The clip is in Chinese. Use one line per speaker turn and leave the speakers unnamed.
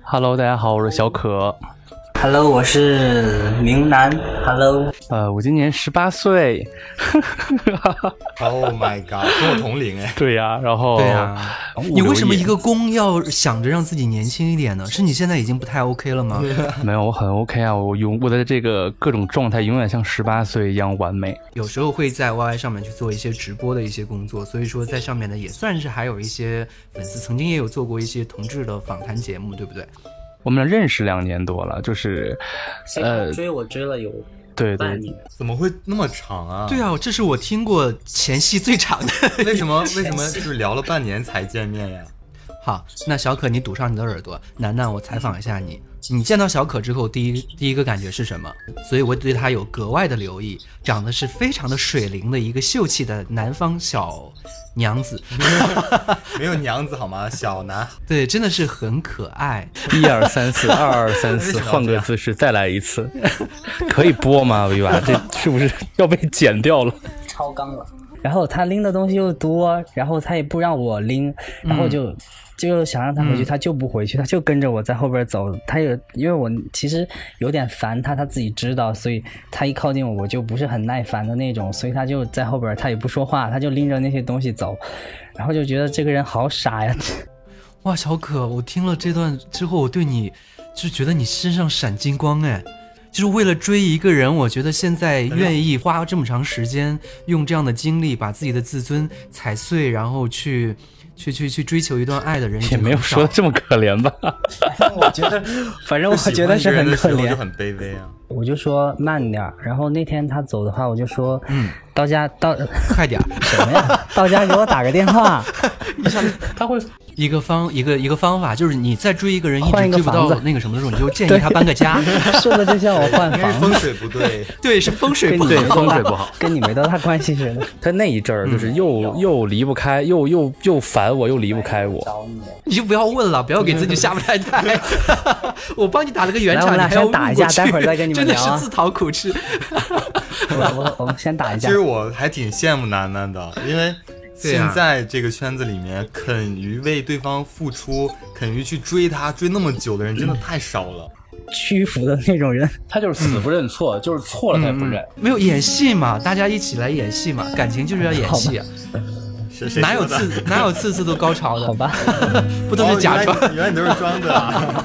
Hello，大家好，我是小可。
Hello，我是明南。Hello，
呃，我今年十八岁。
Oh my god，跟我同龄哎。
对呀、然后
对呀、
哦
物
你为什么
流也
一个攻要想着让自己年轻一点呢？是你现在已经不太 OK 了吗？
没有我很 OK 啊？我永我的这个各种状态永远像十八岁一样完美。
有时候会在 YY 上面去做一些直播的一些工作，所以说在上面呢也算是还有一些粉丝，曾经也有做过一些同志的访谈节目，对不对？
我们俩认识两年多了，就是
谁
呃
哎追我追了有
对
半
对，
年，
怎么会那么长啊？
对啊，这是我听过前戏最长的。
为什么为什么就是聊了半年才见面呀？
好，那小可你堵上你的耳朵，楠楠我采访一下你，你见到小可之后第一第一个感觉是什么？所以我对她有格外的留意，长得是非常的水灵的一个秀气的南方小娘子，
没有娘子好吗？小男孩
对，真的是很可爱。
一二三 四，二二三四，换个姿势再来一次， 可以播吗？维娃，这是不是要被剪掉 了？
超纲了。
然后他拎的东西又多，然后他也不让我拎，
嗯
然后就、就想让他回去，他就不回去，他就跟着我在后边走。他也因为我其实有点烦他，他自己知道，所以他一靠近我，我就不是很耐烦的那种，所以他就在后边，他也不说话，他就拎着那些东西走，然后就觉得这个人好傻呀。
哇，小可，我听了这段之后，我对你就觉得你身上闪金光哎，就是为了追一个人，我觉得现在愿意花这么长时间，用这样的精力把自己的自尊踩碎，然后去去去去追求一段爱的人已
也
经
没有
很少
说得这么可怜吧？
我觉得，反正我觉得是很可
喜欢一个人的时候
怜
就。很卑微啊。
我就说慢点儿，然后那天他走的话，我就说，嗯，到家到
快点儿，
什么呀？ 到家给我打个电话。 他会
一个方一个一个方法就是你再追一个人一
换一个
直追不
房
到
子
那个什么的时候，你就建议他搬个家。
说的就像我换
应该是
房
风
子，
水 不 对，
对，是风水
跟
不
你
好。
没多
风
大
水不好，
跟你没多大关系似的。
他那一阵儿就是又、又离不开，又又又烦我，又离不开我。
找你，
你就不要问了，不要给自己下不 来台。 我帮你打了个圆
来我
场，
们俩
你还要
先打一架
误
待
过去
会儿再跟你们
真的
聊啊
是自讨苦吃。
我 我我们先打一
其
架
实。我还挺羡慕楠楠的，因为
对啊
现在这个圈子里面，肯于为对方付出，肯于去追他追那么久的人真的太少了。
屈服的那种人，
他就是死不认错，就是错了
嗯
他也不认。
没有演戏嘛，大家一起来演戏嘛，感情就是要演戏啊，
谁谁
哪有
说的
次哪有次次都高潮的？
好，吧。
不都是假装
哦原来？原来你都是装的啊。